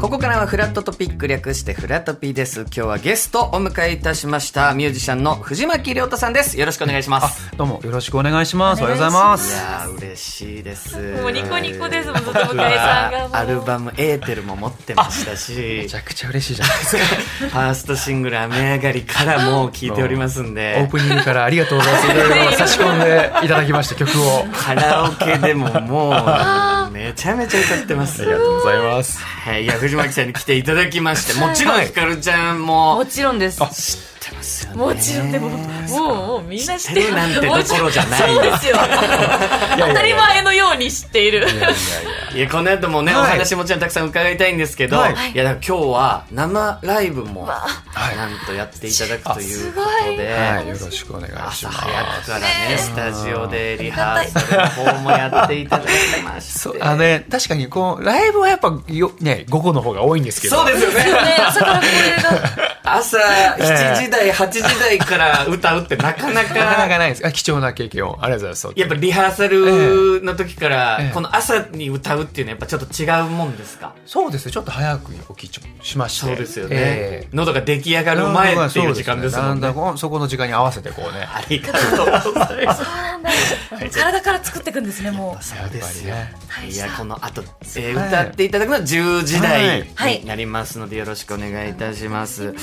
ここからはフラットトピック略してフラトピーです。今日はゲストお迎えいたしましたミュージシャンの藤巻亮太さんです。よろしくお願いします。どうもよろしくお願いします。おおはよ願うごいしざいまます。やー嬉しいです。もうニコニコですもん、ずっと向井さんがもう。アルバム「エーテル」も持ってましたしめちゃくちゃ嬉しいじゃないですか。ファーストシングル「雨上がり」からもう聴いておりますん オーでプニングからありがとうございます。いろいろ 差し込んでいただきました曲を。カラオケでももうめちゃめちゃ歌ってますうございます。はい、いや藤巻さんに来ていただきましてもちろんひかるちゃんももちろんです。知ってますよねもちろんでも、もう、もうみんな知っ知てってるなんてもちとろころじゃないよそうですよ。当たり前のように知っている。いやこの後もね、はいお話もちろんたくさん伺いたいんですけど、はいい、やだから今日は生ライブもなんとやっていただくということで、はい、よろしくお願いし朝ます。早くからねスタジオでリハーサルの方もやっていただきましてそうあのね確かにこうライブはやっぱよね午後の方が多いんですけど。そうですよねね、朝からこれが。朝7時台、8時台から歌うってなかなか、なかなかないです。あ貴重な経験をありがとうございます。やっぱリハーサルの時からええ、この朝に歌うっていうのはやっぱちょっと違うもんですかそうですねちょっと早く起きちゃしまして。そうですよね、ええ喉が出来上がる前っていう時間ですもんね。だんだんそこの時間に合わせてこうね。ありがとうございます。体から作っていくんですね、もう。そうですよやっぱいやこの後、えーはい歌っていただくのは10時台はいになりますのでよろしくお願いいたします、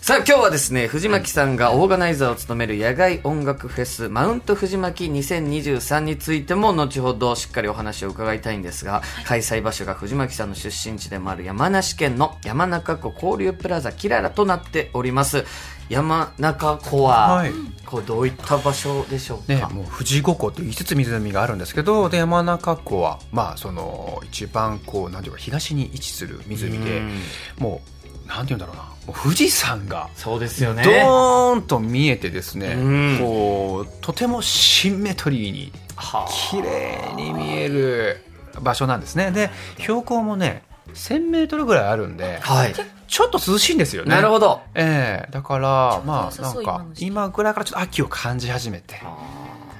さあ今日はですね藤巻さんがオーガナイザーを務める野外音楽フェスマウント藤巻2023についても後ほどしっかりお話を伺いたいんですが、開催場所が藤巻さんの出身地でもある山梨県の山中湖交流プラザキララとなっております山中湖は、はいこうどういった場所でしょうねか、、もう富士五湖という5つ湖があるんですけどで山中湖はまあその一番こうなんていうか東に位置する湖でうんもうなんていうんだろうなもう富士山がそうですよドねーンと見えてですねうんこうとてもシンメトリーにはあ綺麗に見える場所なんですねで標高もね1000メートルぐらいあるんではい。ちょっと涼しいんですよね。なるほど。ええだからまあちょなうどん良さそうか今の時期今ぐらいからちょっと秋を感じ始めて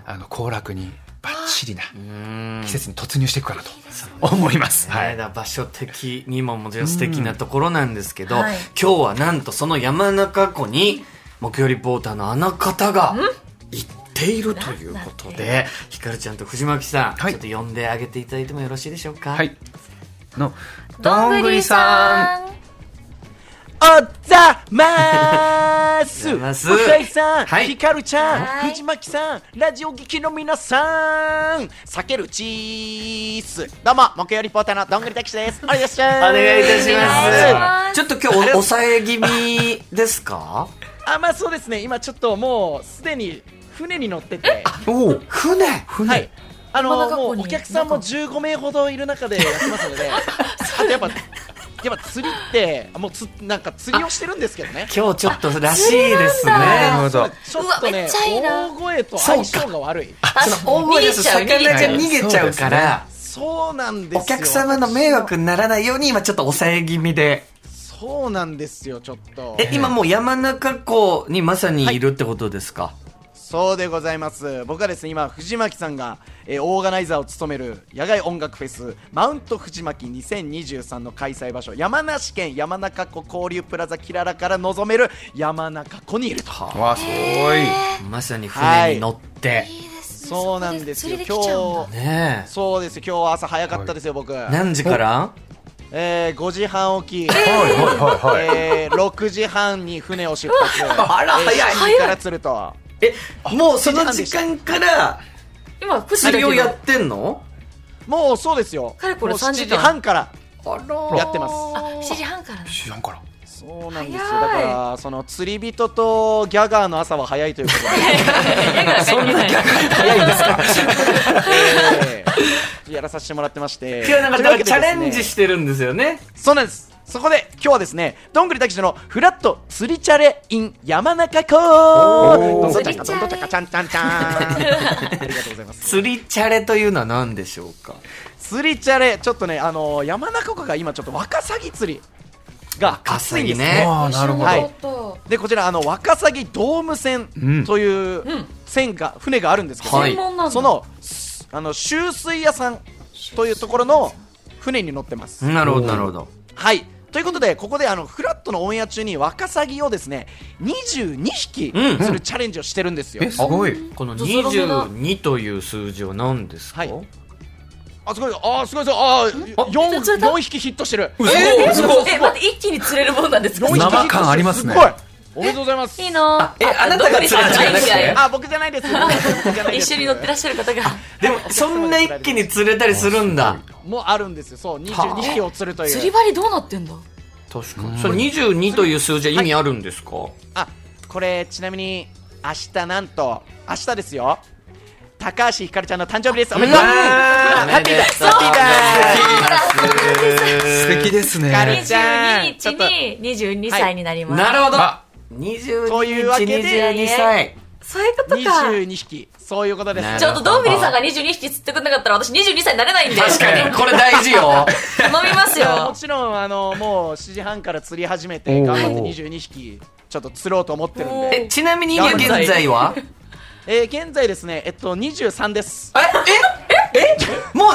あの行楽にバッチリな季節に突入していくかなと思います。ははい、い。だ場所的にももちろん素敵なところなんですけど、うんはい今日はなんとその山中湖に木曜リポーターのあの方が行っているということでひかるちゃんと藤巻さん、はいちょっと呼んであげていただいてもよろしいでしょうかはい。の、どどんんぐぐりりささん。おざまーすおざます向井さん、はいひかるちゃはん、い藤巻さん、ラジオ聞きの皆さん、避けるチース。どうも、木曜リポーターのどんぐりたけしです。お願いします。お願いいたしおま願いしますすちょっと今日お抑え気味ですかあ、まあそうですね、今ちょっともうすでに船に乗ってて、おう船はい。あの真ん中もここうにお客さんも15名ほどいる中でやってますので、あとやっぱ、やっぱ釣りって、もうつなんか釣りをしてるんですけどね。今日ちょっとらしいですねなるほど。ちょっとうわめねっちゃいいな大声と相性が悪いその大声です魚逃げちゃうが逃げちゃうからそうなんですよお客様の迷惑にならないように今ちょっと抑え気味でそうなんですよちょっとえ今もう山中湖にまさにいるってことですか、そうでございます僕はですね今藤巻さんが、えーオーガナイザーを務める野外音楽フェスマウント藤巻2023の開催場所山梨県山中湖交流プラザキララから望める山中湖にいるとわあ、すごい。まさに船に乗って、そうなんですよ釣りできちゃうんだ今日ねそうですよ今日朝早かったですよ、僕、え何時からえー、5時半起き、はいはいはいはい。えー、6時半に船を出発あら早いえー7時から釣るとえもうその7時時半間から今、9時だ釣けりをやっど。てんのもうそうですよかれこれもう3 7時時間半からあらやってますあ、7時半から。知らんから。そうなんですよだ早かいらその釣り人とギャガーの朝は早いということそんな早いんですかで、え ーやらさせてもらってまして今日なんかとだいうかわらけチャでですねレンジしてるんですよねそうなんですそこで今日はですねどんぐりたけしのフラット釣りチャレ in 山中おー湖どんどんちゃんどんどんちゃんちゃんちゃんちゃんありがとうございます釣りチャレというのは何でしょうか釣りチャレちょっとねあのー山中湖が今ちょっとワカサギ釣りがカサ熱いんギですねああ、なるほど。はいど。でこちらあのワカサギドーム船うんという船が、船があるんですけど、はい専門なんだそのすあの修水屋さんというところの船に乗ってます、なるほどなるほどはいということでここであのフラットのオンエア中にワカサギをですね22匹うんするチャレンジをしてるんですよ、えすごいこのゾロ目だ22という数字は何ですか、はいあすごいぞあーすごいぞあーあ釣れた 4, 4匹ヒットしてるえすすごいえ、待って、一気に釣れるもんなんですか4匹ヒットして生感ありますねすごいおめでとうございますいいのあえあなたが釣れたんじゃなくてあ僕じゃないです僕じゃないです一緒に乗ってらっしゃる方が。でもそんな一気に釣れたりするんだもうあるんですよそう22匹を釣るという釣り針どうなってんだ確かにそれ22という数字は意味あるんですか、あこれちなみに明日なんと明日ですよ高橋ひかるちゃんの誕生日ですおめでとううわーハッピーだそうハッピーだ素敵ですね光ちゃん22日に22はい歳になります。なるほどあというわ22け日で22歳そういうことか。 22匹そういうことですなちるょっとドンビリさんが22匹釣ってくんなかったら私22歳になれないんで。確かにこれ大事よ頼みますいやもよ。ちろんあのもう7時半から釣り始めておー頑張って22匹ちょっと釣ろうと思ってるんでえちなみに今現在はえー現在ですねえっと23ですえええもう23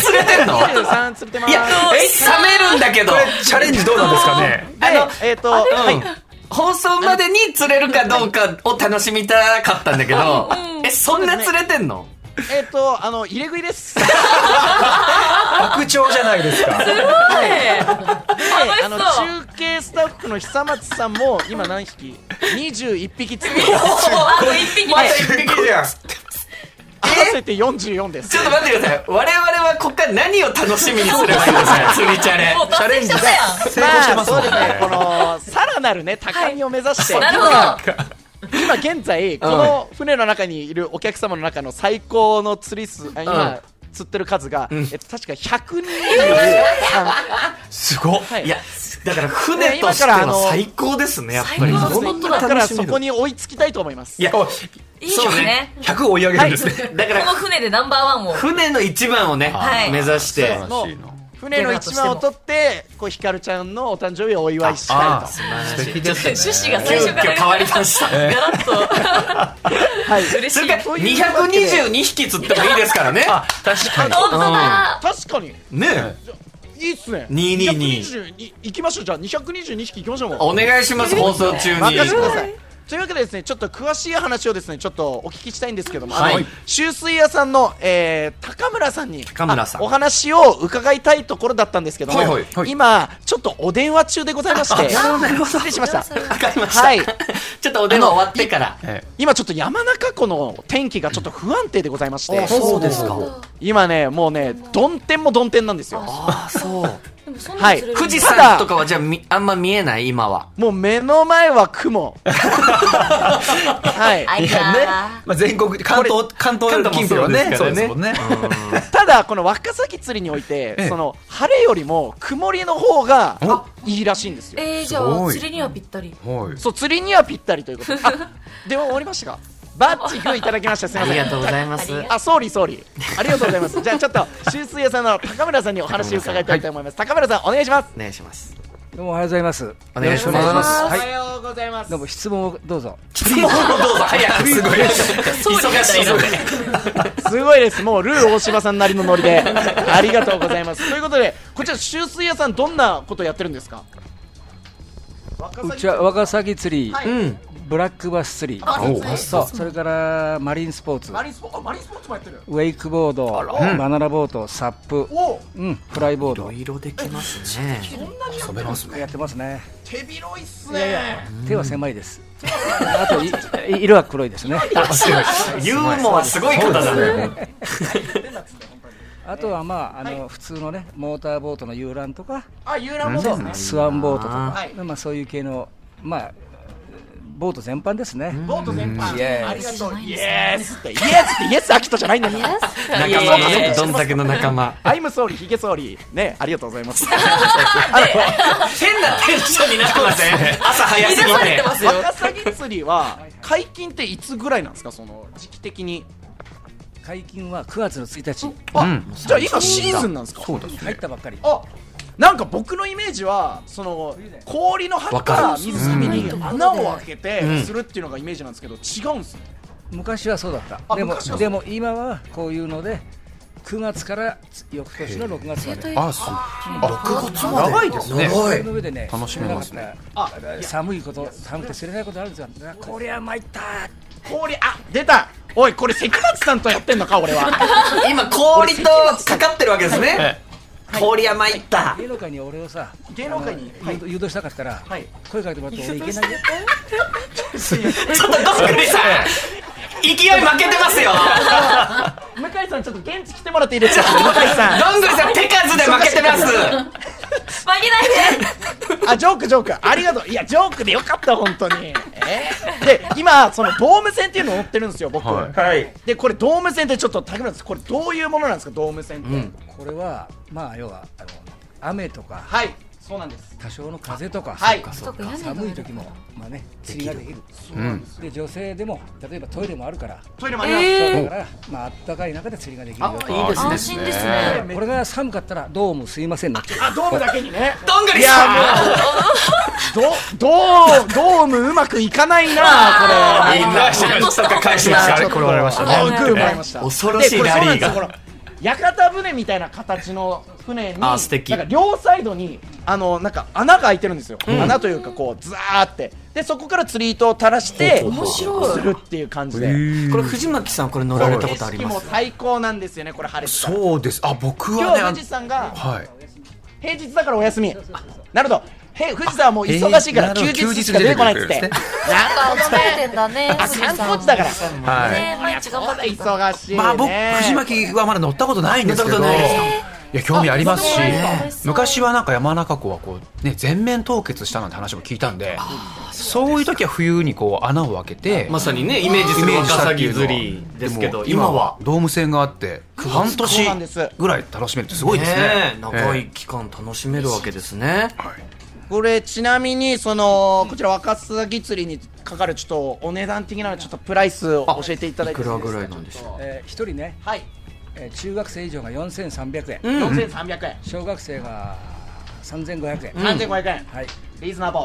釣れてんの23釣れてまいすやえ冷めるんだけどチャレンジどうなんですかねでえっとはいうん放送までに釣れるかどうかを楽しみたかったんだけど、え、そんな釣れてんのえっとあの入れ食いです白鳥じゃないですかで、あの楽しそう中継スタッフの久松さんも今何匹 ?21 匹釣ってますおあと1匹まだで。一匹じゃん。合わせて44ですちょっと待ってください。我々はここから何を楽しみにすればいいんですか釣りチャレ。もう達成しちゃったや成功してますもんねあそうですねこのさらなるね高みを目指して、ん。なるほど。今今現在この船の中にいるお客様の中の最高の釣り数あ今、釣ってる数が、えっと、確か100人すごっはいいや、だから船として今からあはの最高ですね、やっぱり。最高本当だから楽しそみこだ。に追いつきたいと思いますいや、おいいですね。 100追い上げるんですねだかこのら、船でナンバーワンを。船の一番をねは、い目指して。もう船の一番を取ってこうヒカルちゃんのお誕生日をお祝いしたいあとあ素敵ですね趣旨急が最初から遽変わりました。ガラッと。はい嬉そしれいか。ら222匹釣ってもいいですからね。確かに本当だ。確かにねえ。いいっすね。 222 222行きましょう。じゃあ222匹行きましょうもう。お願いします、放送中に。任せてください。というわけでですね、ちょっと詳しい話をですね、ちょっとお聞きしたいんですけども、はいあの、修水屋さんの、えー、高村さんに、高村さんあお話を伺いたいところだったんですけども、はいはいはい今、ちょっとお電話中でございまして、失礼しました。わかりました。はい ちょっとお電話終わってから。え今ちょっと山中湖の天気がちょっと不安定でございまして、そうですか。今ね、もうね、どん天もどん天なんですよ。ああ、そう。でもそんなの釣れるんだ富士山とかはじゃあみあんま見えない今は。もう目の前 は雲。はい。あえいいややねー。まあ全国関東関東近辺はね関東もそうですからねねただこのワカサギ釣りにおいて、ええその晴れよりも曇りの方がおいいらしいんですよえー、じすゃごあい釣りにはぴったり。はいそう釣りにはぴったりということであ電話終わりましたかバッチグーいただきましたすみあまりせがんとうございます。ありがあ、総理総理ありがとうございますじゃあちょっと修水屋さんの高村さんにお話を伺いたいと思います高村さんお願いしますお願いします。どうもおはようございます。お願いしよろくお願まいす。はいおはようございますどうも質問をどうぞ。質問をどうぞ。早くすごい。忙しいので。。すごいですもうルー大柴さんなりのノリで ありがとうございますということでこちら修水屋さんどんなことやってるんですかうちはワカサギ釣り、はいううんブラックバス釣り、そうそれからマリンスポーツ、マリンスポあマリンスポーツもやってるウェイクボード、バナナボート、サップ、おおうん、フライボードいろできますね。遊べますねやってますね。手広いっすね手は狭いです。あといい 色は黒いですね。ユーモアすごい方だね。あとはまああの普通のねモーターボートの遊覧とか、あ遊覧もですねスワンボートとはかい、まあそういう系のまあボート全般ですね。ボート全般エスありがとうイエースってイエースってイエスアキトじゃないんだから仲いやい間やもいやどんだけの仲間。アイム総理ヒゲ総理ねありがとうございます変なテンションになってません。朝早すぎ乱されて。てますよ。ワカサギ釣りは解禁っていつぐらいなんですかその時期的に解禁は9月の1日あ、うんじゃあ今シーズンなんですかそうだね入ったばっかり。あなんか僕のイメージはその氷の葉からわかる水上に穴を開けてするっていうのがイメージなんですけど違うんですね昔はそうだったあでも昔はそうでも今はこういうので9月から翌年の6月まで。あそうあ6月まで長いですね長そいの上でね、楽しめますねなかった。寒いこと、寒くて釣れないことあるんですよ。こりゃ参った。氷あ出たおいこれ関町さんとやってんのか俺は今氷とかかってるわけですね氷は参った芸能界に俺をさ、芸能界にあの誘導誘導したかったら、はい声かけてもらって俺いけないよ。ちょっとドッグリさん勢い負けてますよ向井さんちょっと現地来てもらっていいですか向井さんどんぐりさん手数で負けてます負け ないであジョークジョークありがとういやジョークでよかった本当にえーで今そのドーム戦っていうのを乗ってるんですよ僕、はいはいでこれドーム戦ってちょっと竹村さんこれどういうものなんですかドーム戦って、これはまあ要はあの雨とかはいそうなんです多少の風とか、はい寒い時もまあね釣りができる。で女性でも例えばトイレもあるから、トイレもあります、えだからまあ暖かい中で釣りができるいいよ。でー、安心ですねこれが寒かったらどうもすいませんなって。あドームだけにねどんぐりさんどどうドームうまくいかないなこれいましたか返しまあれ転がりましたねあーグーもらいました恐ろしいでこれそうなんですよラリーがこの屋形船みたいな形の船にあー素敵なんか両サイドにあのなんか穴が開いてるんですよ、穴というかこうザーってでそこから釣り糸を垂らして面白いするっていう感じでこれ藤巻さんこれ乗られた景ことあり色まもす最高なんですよねこれ晴れてたらそうですあ僕今はね日あ富士山がはい平日だからお休みなるほどへ富士山はもう忙しいからあ平休日日しか出てこないっつっ休て日なに出てるくほど疲れてんだね。あ観光地だからはいね毎日頑張ってい忙しいねまあ僕藤巻はまだ乗ったことないんですけど乗ったことないいや興味ありますしあそうですか昔はなんか山中湖はこうね全面凍結したなんて話も聞いたんでそういう時は冬にこう穴を開けてまさにねイメージすイるメーワジカしたサっていギうの釣りですけどでも今はドーム線があって半そうなんで年すぐらい楽しめるってすごいですねねえ長えい期間楽しめるわけですねこれちなみにそのこちら若杉釣りにかかるちょっとお値段的なちょっとプライスを教えていただいいてくもらいいでぐすらかいなんでしょえー一人ね、はいえー中学生以上が4300円、 4300円小学生が3500円、 3500円はい、リーズナブル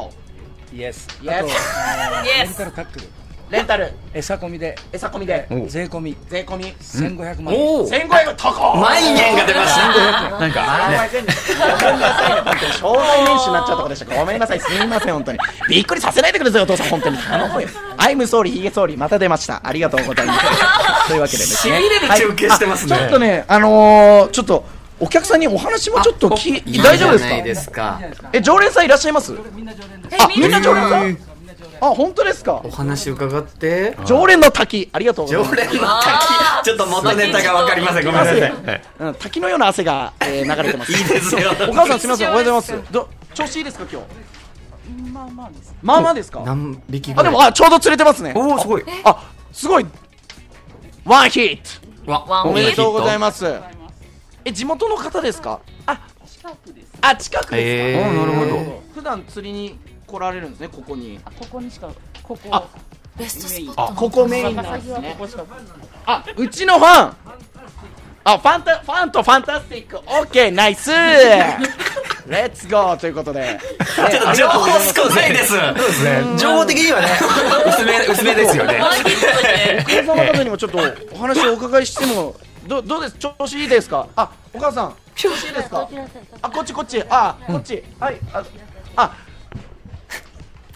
イエス、 Yes あと、えー Yes レンタルタックル、レンタル餌込みで餌込みでお税込み税込み1500う万円、おお1500円高万円が出ましたえなんかね1500円ですごめんなさいね本当に障害年収になっちゃうとこでしたごめんなさいすみません本当にびっくりさせないでくださいお父さん本当に頼むよアイム総理ヒゲ総理また出ましたありがとうございますというわけでですしびねれる中継してますちょっねとね、あのー、ちょっとお客さんにお話もちょっときいい大丈夫でじゃないすかですかえ常連さんいらっしゃいますえあみんみなんな常連さんあ本当ですかお話伺って常連の滝ありがとうござい常ます連の滝ちょっと元ネタがわかりませんごめんなさいいうん、滝のような汗が、えー流れてますいですよお母さんすみ ませんおはようございますど調子いいですか今日まあまあですまあまあですか何匹ぐあらでいもあちょうど釣れてますねおおすごいあすごいワンヒットわワンおめでとうございまます。え、地元の方ですか。あ、あ、近くですえか。ーあなるほど。普段釣りに来られるんですね、ここに。ここにしかここあベストスポッあここメインなん高です崎はね。ここしかあ、うちのファン。あ、ファンタ、ファンとファンタスティック、オッケー、ナイ ス。レッツゴーということで。すちょっと情報少ないです情報的にはね薄め薄めですよ ねお母さんの方にもち ょっとお話をお伺いしても、ど、どうです、調子いいですか。あ、お母さん、調子いいですか。あ、こっちこっち、あ、こっち、はい、あ、あ。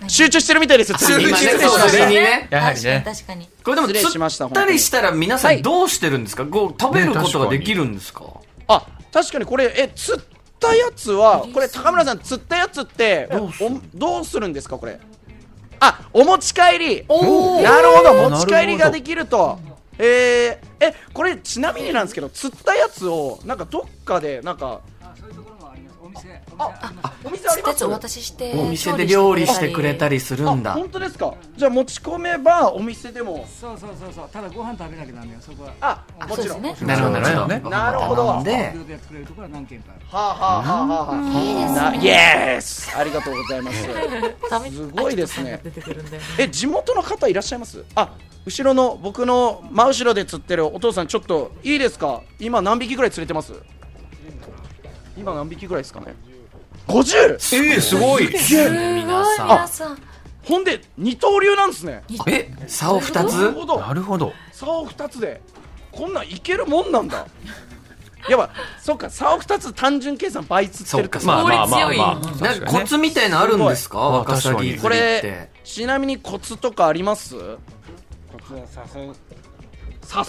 集中してるみたいです。集今ねしてそう釣りにねやはりね確かに。これでも失礼しました釣ったりしたら皆さんどうしてるんですか、こう食べることができるんですかあ、確かにこれ、え、釣ったやつは、これ高村さん釣ったやつって、どうどうするんですか、これ。あ、お持ち帰り。なるほど、持ち帰りができると。えー、え、これちなみになんですけど、釣ったやつを、なんかどっかで、なんか。お店あり一ますつお渡しして。お店で料理してくれたり。りするあんだ本当ですかじゃあ持ち込めばお店でもそうそうそうそう、ただご飯食べなきゃならないよ、そこは。あもそうでちろすん、ね。なるほどなるほどねなるほどなんで無料でやってくれるところは何件かある。はあはあはあはあはあイエスありがとうございますすごいですね出てくるんだよね。え地元の方いらっしゃいますあ後ろの僕の真後ろで釣ってるお父さんちょっといいですか今何匹ぐらい釣れてます今何匹ぐらいですかね 50! えーすごい皆さん皆さん。ほんで二刀流なんですねえ竿二なるつほどなるほど竿二つでこんなんいけるもんなんだやっぱそっか差を2つ単純計算倍つってるってことそっかまあまあまあまあいなんかコツみたいなのあるんですかごいワカサギ釣りってあこれちなみにコツとかありますコツは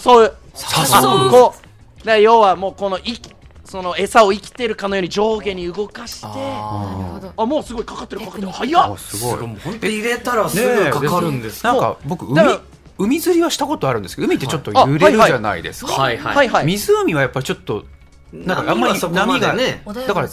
誘う誘うこうだから要はもうこのいその餌を生きてるかのように上下に動かしてああもうすごいかかってるかかってる早っあすーすごごいいもう本当に入れたらすぐかかるんですなんか僕海だから海釣りはしたことあるんですけど海ってちょっとはい揺れるじゃないですか、はいはいはい湖はやっぱりちょっとなんかあん波まりはそこま波でがねだから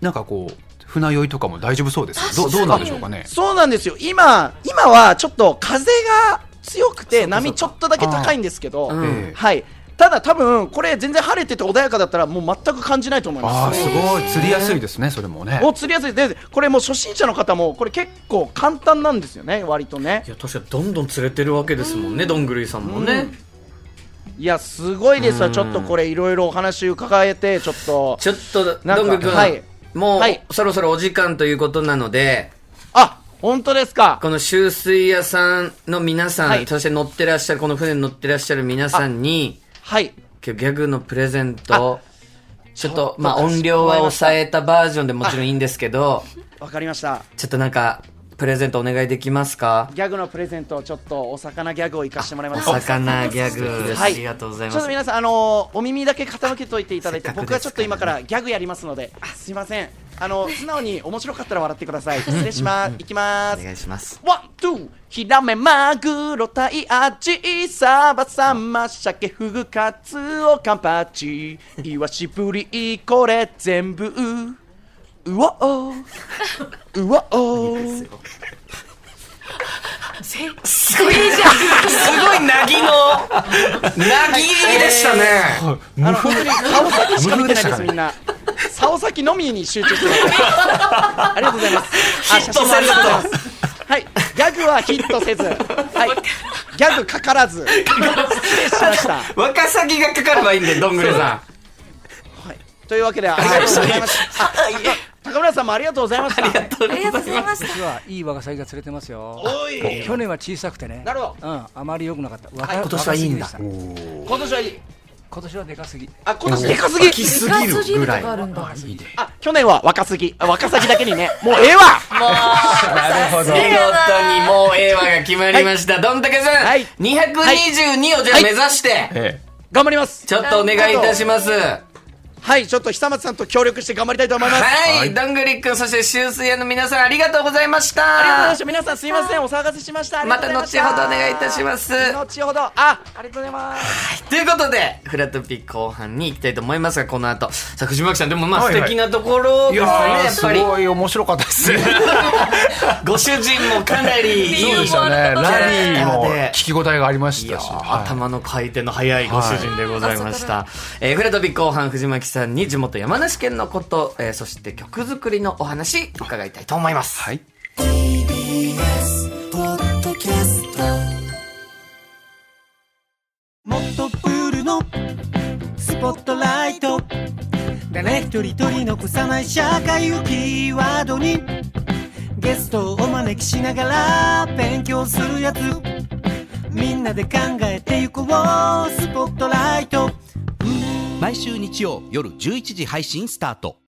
なんかこう船酔いとかも大丈夫そうですけどどうどうなんでしょうかねそうなんですよ今今はちょっと風が強くて波ちょっとだけ高いんですけど、うんええはいただ多分これ全然晴れてて穏やかだったらもう全く感じないと思いますああすごい釣りやすいですねそれもねもう釣りやすいでこれもう初心者の方もこれ結構簡単なんですよね割とねいや確かにどんどん釣れてるわけですもんねどんぐりさんもね、うんいやすごいですわちょっとこれいろいろお話伺えてちょっとちょっとなんかどんぐりくん、はいもう、はいそろそろお時間ということなのであ本当ですかこの秋水屋さんの皆さん、はいそして乗ってらっしゃるこの船に乗ってらっしゃる皆さんにはい今日ギャグのプレゼントをちょっとまあかしこまりました音量は抑えたバージョンでもちろんいいんですけどわかりましたちょっとなんかプレゼントお願いできますかギャグのプレゼントをちょっとお魚ギャグを生かしてもらいまおすか魚ギャグです、はいありがとうございちょまっとす皆さん、あのーお耳だけ傾けといていただいて、せっかく僕ではすからねちょっと今からギャグやりますので、すいません、あの素直に面白かったら笑ってください。失礼します。いきまおす願。いしますワン、ツー、ヒラメ、マグロ、タイ、アジ、サバ、サンマ、シャケ、フグ、カツオ、カンパチ、イワシ、ブリ、これ全部。うわお、うわお。せすごいじゃんすごいなぎのなぎ入りでしたね、あの本当に竿先しか見てないです、みんな。竿先のみに集中してください。ありがとうございます。あ、写真もありがとうございます。はい、ギャグはヒットせず、はい、ギャグかからず。失礼しました。ワカサギがかかればいいんでどんぐりさというわけで、ありがとうございました。あ高村さんもありがとうございました。ありがとうございました実はいいワカサギが釣れてますよおい去年は小さくてねなるほうんあまり良くなかったはい今今年はいいんだ今年はいい。今年はでかすぎあ、今年でかすぎ。すぎるぐらいあるんだあ、去年は若すぎ。あ若すぎだけにね、もうええわ。んなるほど見事にもうええわが決まりました、どんたけさん、はい222をじゃあはい目指して、ええ頑張ります。ちょっとお願いいたしますははい、ちょっと久松さんと協力して頑張りたいと思います。い、どんぐりくんそして秋水屋の皆さんありがとうございましたありがとうございました。皆さんすいません。お騒がせしました。ありがとうございしたまた後ほどお願いいたします後ほど。あ、ありがとうございます。ということで、フラトピー後半に行きたいと思いますが、この後。さあ、藤巻さん、でもまあはい素はい敵なところいですね、やーやっすぱり。ごい面白かったですねご主人もかなり いい。そうでしたねそうラリーもで聞き応えがありましいやたし、ーはい頭の回転の速いご主人でございました、えーフラトピー後半藤巻さんに地元山梨県のこと、えーそして曲作りのお話伺いたいと思います、はいもっとプールのスポットライト誰一人取り残さない社会をキーワードにゲストをお招きしながら勉強するやつみんなで考えてゆこうスポットライト毎週日曜夜11時配信スタート